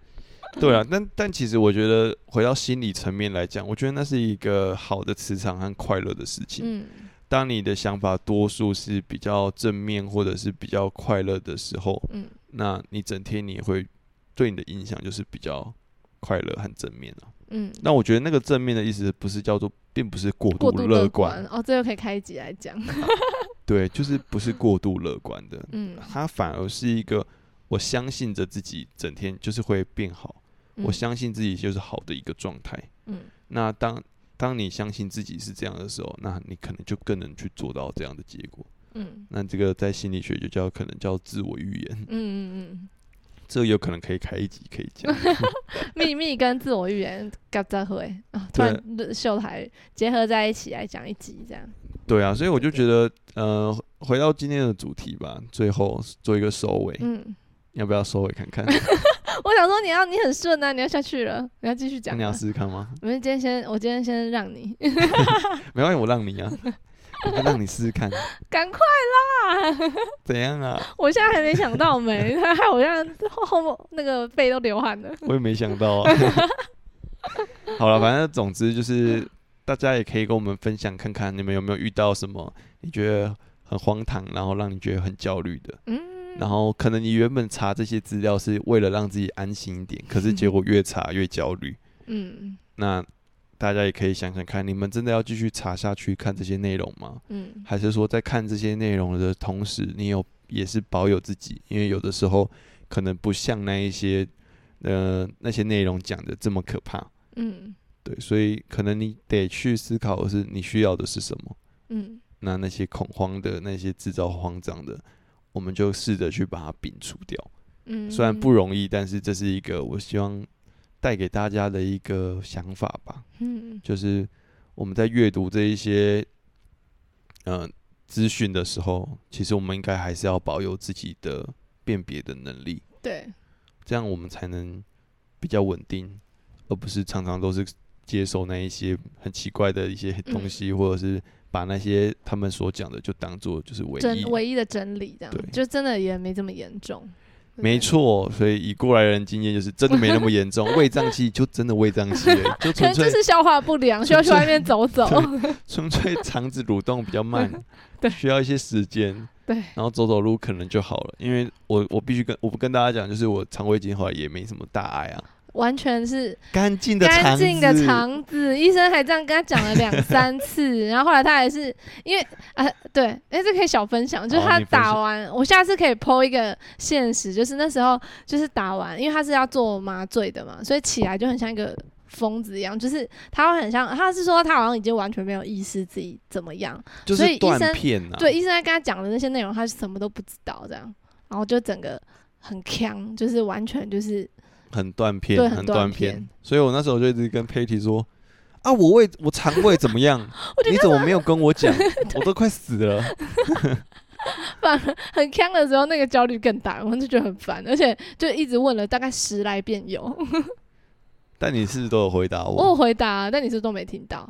Speaker 1: 对啊，但但其实我觉得回到心理层面来讲，我觉得那是一个好的磁场和快乐的事情。
Speaker 2: 嗯
Speaker 1: 当你的想法多数是比较正面或者是比较快乐的时候，
Speaker 2: 嗯
Speaker 1: 那你整天你也会对你的影响就是比较快乐和正面啊。
Speaker 2: 嗯，
Speaker 1: 那我觉得那个正面的意思不是叫做，并不是过
Speaker 2: 过
Speaker 1: 度
Speaker 2: 度
Speaker 1: 乐
Speaker 2: 观
Speaker 1: 观，
Speaker 2: 哦，这又可以开一集来讲，
Speaker 1: 对，就是不是过度乐观的，
Speaker 2: 嗯，
Speaker 1: 它反而是一个我相信着自己整天就是会变好，我
Speaker 2: 嗯，
Speaker 1: 相信自己就是好的一个状态。
Speaker 2: 嗯
Speaker 1: 那当当你相信自己是这样的时候，那你可能就更能去做到这样的结果。
Speaker 2: 嗯
Speaker 1: 那这个在心理学就叫可能叫自我预言，
Speaker 2: 嗯嗯
Speaker 1: 这有可能可以开一集可以 讲。
Speaker 2: 嗯，秘密跟自我预言搞在会啊，突然秀台结合在一起来讲一集这样，
Speaker 1: 对啊，所以我就觉得，呃，回到今天的主题吧，最后做一个收尾，
Speaker 2: 嗯，
Speaker 1: 要不要收尾看看？
Speaker 2: 我想说你要你很顺啊，你要下去了，你要继续
Speaker 1: 那
Speaker 2: 讲啊
Speaker 1: 你要
Speaker 2: 吗。
Speaker 1: 试试看吗？
Speaker 2: 我们今天先，我今天先让你，
Speaker 1: 没关系，我让你啊，我让你试试看，
Speaker 2: 赶快啦！
Speaker 1: 怎样啊？
Speaker 2: 我现在还没想到没， 他害我现在后后那个背都流汗了。
Speaker 1: 我也没想到啊。 好了，反正总之就是，大家也可以跟我们分享看看，你们有没有遇到什么你觉得很荒唐，然后让你觉得很焦虑的。
Speaker 2: 嗯，
Speaker 1: 然后可能你原本查这些资料是为了让自己安心一点，可是结果越查越焦虑。
Speaker 2: 嗯
Speaker 1: 那大家也可以想想看，你们真的要继续查下去看这些内容吗？
Speaker 2: 嗯
Speaker 1: 还是说在看这些内容的同时，你有也是保有自己，因为有的时候可能不像那一些呃那些内容讲的这么可怕，
Speaker 2: 嗯
Speaker 1: 对，所以可能你得去思考的是你需要的是什么。
Speaker 2: 嗯
Speaker 1: 那那些恐慌的、那些制造慌张的，我们就试着去把它摒除掉。
Speaker 2: 嗯，
Speaker 1: 虽然不容易，但是这是一个我希望带给大家的一个想法吧，
Speaker 2: 嗯
Speaker 1: 就是我们在阅读这一些呃资讯的时候，其实我们应该还是要保有自己的辨别的能力，
Speaker 2: 对，
Speaker 1: 这样我们才能比较稳定，而不是常常都是接受那一些很奇怪的一些东西，
Speaker 2: 嗯
Speaker 1: 或者是把那些他们所讲的就当做就是唯
Speaker 2: 真
Speaker 1: 一。
Speaker 2: 唯一的真理，这样
Speaker 1: 对
Speaker 2: 就真的也没这么严重。对不
Speaker 1: 没
Speaker 2: 对，
Speaker 1: 错，所以以过来人经验，就是真的没那么严 重，胃胀气就真的胃胀气而已，就
Speaker 2: 可能
Speaker 1: 纯
Speaker 2: 就
Speaker 1: 粹
Speaker 2: 是消化不良，需要去外面走走。，
Speaker 1: 纯粹肠子蠕动比较慢
Speaker 2: 对
Speaker 1: 需要一些时间，
Speaker 2: 对
Speaker 1: 然后走走路可能就好了。因为我我必须跟我不跟大家讲，就是我肠胃镜后来也没什么大碍啊，
Speaker 2: 完全是
Speaker 1: 干净的肠
Speaker 2: 干
Speaker 1: 子，
Speaker 2: 净的肠子，医生还这样跟他讲了两三 次，然后后来他还是因为啊、对，哎、这可以小分享，就是
Speaker 1: 好
Speaker 2: 他
Speaker 1: 你分
Speaker 2: 打
Speaker 1: 享
Speaker 2: 完，我下次可以 PO 一个现实，就是那时候就是打完，因为他是要做麻醉的嘛，所以起来就很像一个疯子一样，就是他会很像，他是说他好像已经完全没有意识自己怎么样，
Speaker 1: 就
Speaker 2: 所以
Speaker 1: 是
Speaker 2: 医
Speaker 1: 断
Speaker 2: 生
Speaker 1: 片呐、啊。
Speaker 2: 对，医生在跟他讲的那些内容，他是什么都不知道这样，然后就整个很呛，就是完全就是
Speaker 1: 很断片，
Speaker 2: 对很
Speaker 1: 很
Speaker 2: 断
Speaker 1: 片。
Speaker 2: 片
Speaker 1: 所以我那时候就一直跟 Patty 说：“啊，我胃，我肠胃怎么 样？你怎么没有跟我讲？我都快死了。
Speaker 2: 反而很呛的时候，那个焦虑更大，我就觉得很烦，而且就一直问了大概十来遍有，”
Speaker 1: 但你是不是都有回答
Speaker 2: 我
Speaker 1: 我，
Speaker 2: 有回答，啊但你是不是都没听到，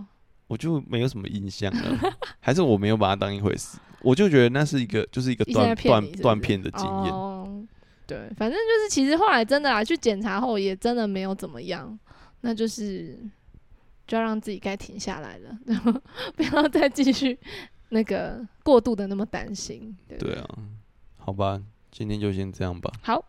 Speaker 1: 我就没有什么印象了， 还是我没有把它当一回事。我就觉得那是一个，就是一个
Speaker 2: 医生在
Speaker 1: 断
Speaker 2: 骗
Speaker 1: 断
Speaker 2: 你是不是
Speaker 1: 断片的经验。
Speaker 2: 哦，对，反正就是其实后来真的啦，去检查后也真的没有怎么样，那就是就要让自己该停下来了， 然后不要再继续那个过度的那么担心，对
Speaker 1: 对啊，好吧，今天就先这样吧，
Speaker 2: 好，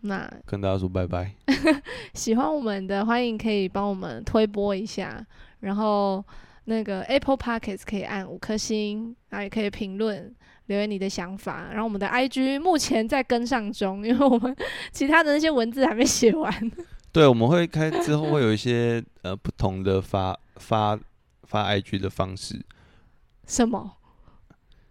Speaker 2: 那
Speaker 1: 跟大家说拜拜。
Speaker 2: 喜欢我们的，欢迎可以帮我们推播一下，然后那个 Apple Podcast 可以按五颗星，然后也可以评论留言你的想法。然后我们的 IG 目前在跟上中，因为我们其他的那些文字还没写完。
Speaker 1: 对，我们会开之后会有一些呃不同的发发发 IG 的方式。
Speaker 2: 什么？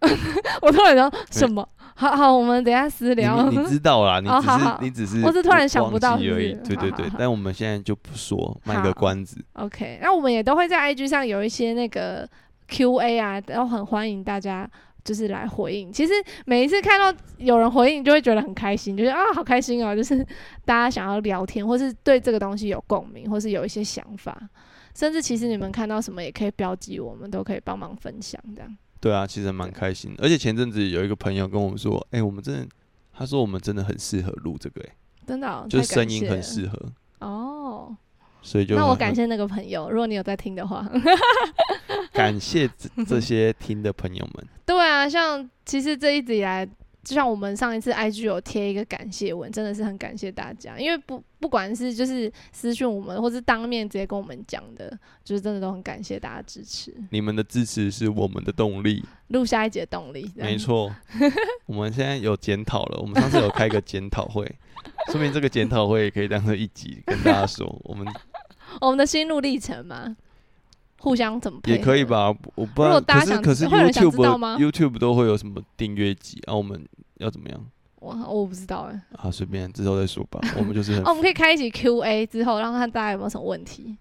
Speaker 2: 我突然想什么？好好，我们等一下私
Speaker 1: 你
Speaker 2: 聊。
Speaker 1: 你知道啦，你
Speaker 2: 哦
Speaker 1: 只
Speaker 2: 好好
Speaker 1: 是你只是
Speaker 2: 我是突然想
Speaker 1: 忘
Speaker 2: 不到
Speaker 1: 记
Speaker 2: 是不
Speaker 1: 而已
Speaker 2: 是。
Speaker 1: 对对
Speaker 2: 好好
Speaker 1: 对
Speaker 2: 好，
Speaker 1: 但我们现在就不说，卖
Speaker 2: 好
Speaker 1: 个关子。
Speaker 2: OK，那我们也都会在 IG 上有一些那个 QA 啊，然后很欢迎大家就是来回应。其实每一次看到有人回应，就会觉得很开心，就是啊，好开心哦，就是大家想要聊天，或是对这个东西有共鸣，或是有一些想法，甚至其实你们看到什么也可以标记我们，都可以帮忙分享这样。
Speaker 1: 对啊，其实蛮开心的。而且前阵子有一个朋友跟我们说，哎、我们真的，他说我们真的很适合录这个、哎，
Speaker 2: 真的哦、
Speaker 1: 就是
Speaker 2: 太感
Speaker 1: 声音
Speaker 2: 谢
Speaker 1: 很
Speaker 2: 了
Speaker 1: 适合，
Speaker 2: 哦。
Speaker 1: 所以就
Speaker 2: 那我
Speaker 1: 很
Speaker 2: 感谢那个朋友，如果你有在听的话。
Speaker 1: 感谢 这这些听的朋友们。
Speaker 2: 对啊，像其实这一直以来，就像我们上一次 IG 有贴一个感谢文，真的是很感谢大家，因为不不管是就是私讯我们，或是当面直接跟我们讲的，就是真的都很感谢大家支持，
Speaker 1: 你们的支持是我们的动力，
Speaker 2: 录下一节动力。这样
Speaker 1: 没， 错。我们现在有检讨了，我们上次有开一个检讨会，说明这个检讨会也可以当做一集跟大家说，我 们
Speaker 2: 我们的心路历程嘛，互相怎么配
Speaker 1: 也可以
Speaker 2: 合？
Speaker 1: 吧，我不
Speaker 2: 如
Speaker 1: 知道。
Speaker 2: 果
Speaker 1: 可
Speaker 2: 大家
Speaker 1: 是
Speaker 2: 想
Speaker 1: 可是
Speaker 2: 会有人想知道
Speaker 1: YouTube
Speaker 2: 吗
Speaker 1: YouTube 都会有什么订阅集啊？我们要怎么样
Speaker 2: 我我不知道哎、
Speaker 1: 啊？随便之后再说吧。我们就是很
Speaker 2: 哦，我们可以开一集 Q&A 之后，让看大家有没有什么问题，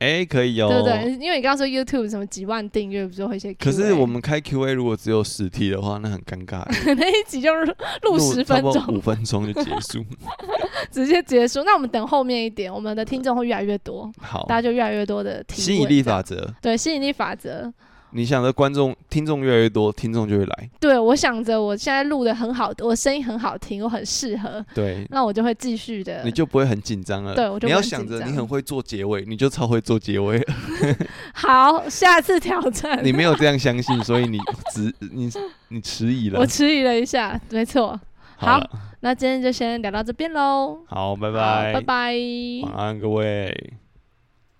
Speaker 1: 哎，可以哦。
Speaker 2: 对不对？因为你刚刚说 YouTube 什么几万订阅，不是会一些
Speaker 1: 可
Speaker 2: Q&A？
Speaker 1: 是我们开 Q&A 如果只有十题的话，那很尴尬，
Speaker 2: 那一集就是录十分钟，
Speaker 1: 五分钟就结 束。
Speaker 2: 直接结束。那我们等后面一点，我们的听众会越来越多，
Speaker 1: 好
Speaker 2: 大，家就越来越多的提问
Speaker 1: 哦吸引力
Speaker 2: 这样
Speaker 1: 法则，
Speaker 2: 对吸引力法则。
Speaker 1: 你想的观众听众越来越多，听众就会来。
Speaker 2: 对我想着我现在录的很好，我声音很好听，我很适合，
Speaker 1: 对，
Speaker 2: 那我就会继续的
Speaker 1: 你。就不会很紧张了。
Speaker 2: 呃对我就不会
Speaker 1: 你要
Speaker 2: 很
Speaker 1: 想
Speaker 2: 紧
Speaker 1: 着
Speaker 2: 张
Speaker 1: 你很会做结尾，你就超会做结 尾。
Speaker 2: 好，下次挑战。
Speaker 1: 你没有这样相信，所以你迟你你迟疑了
Speaker 2: 我。迟疑了一下，没错。
Speaker 1: 好
Speaker 2: 好
Speaker 1: 了，
Speaker 2: 那今天就先聊到这边喽，
Speaker 1: 好，拜
Speaker 2: 拜
Speaker 1: 拜，
Speaker 2: 拜拜。
Speaker 1: 晚安各位。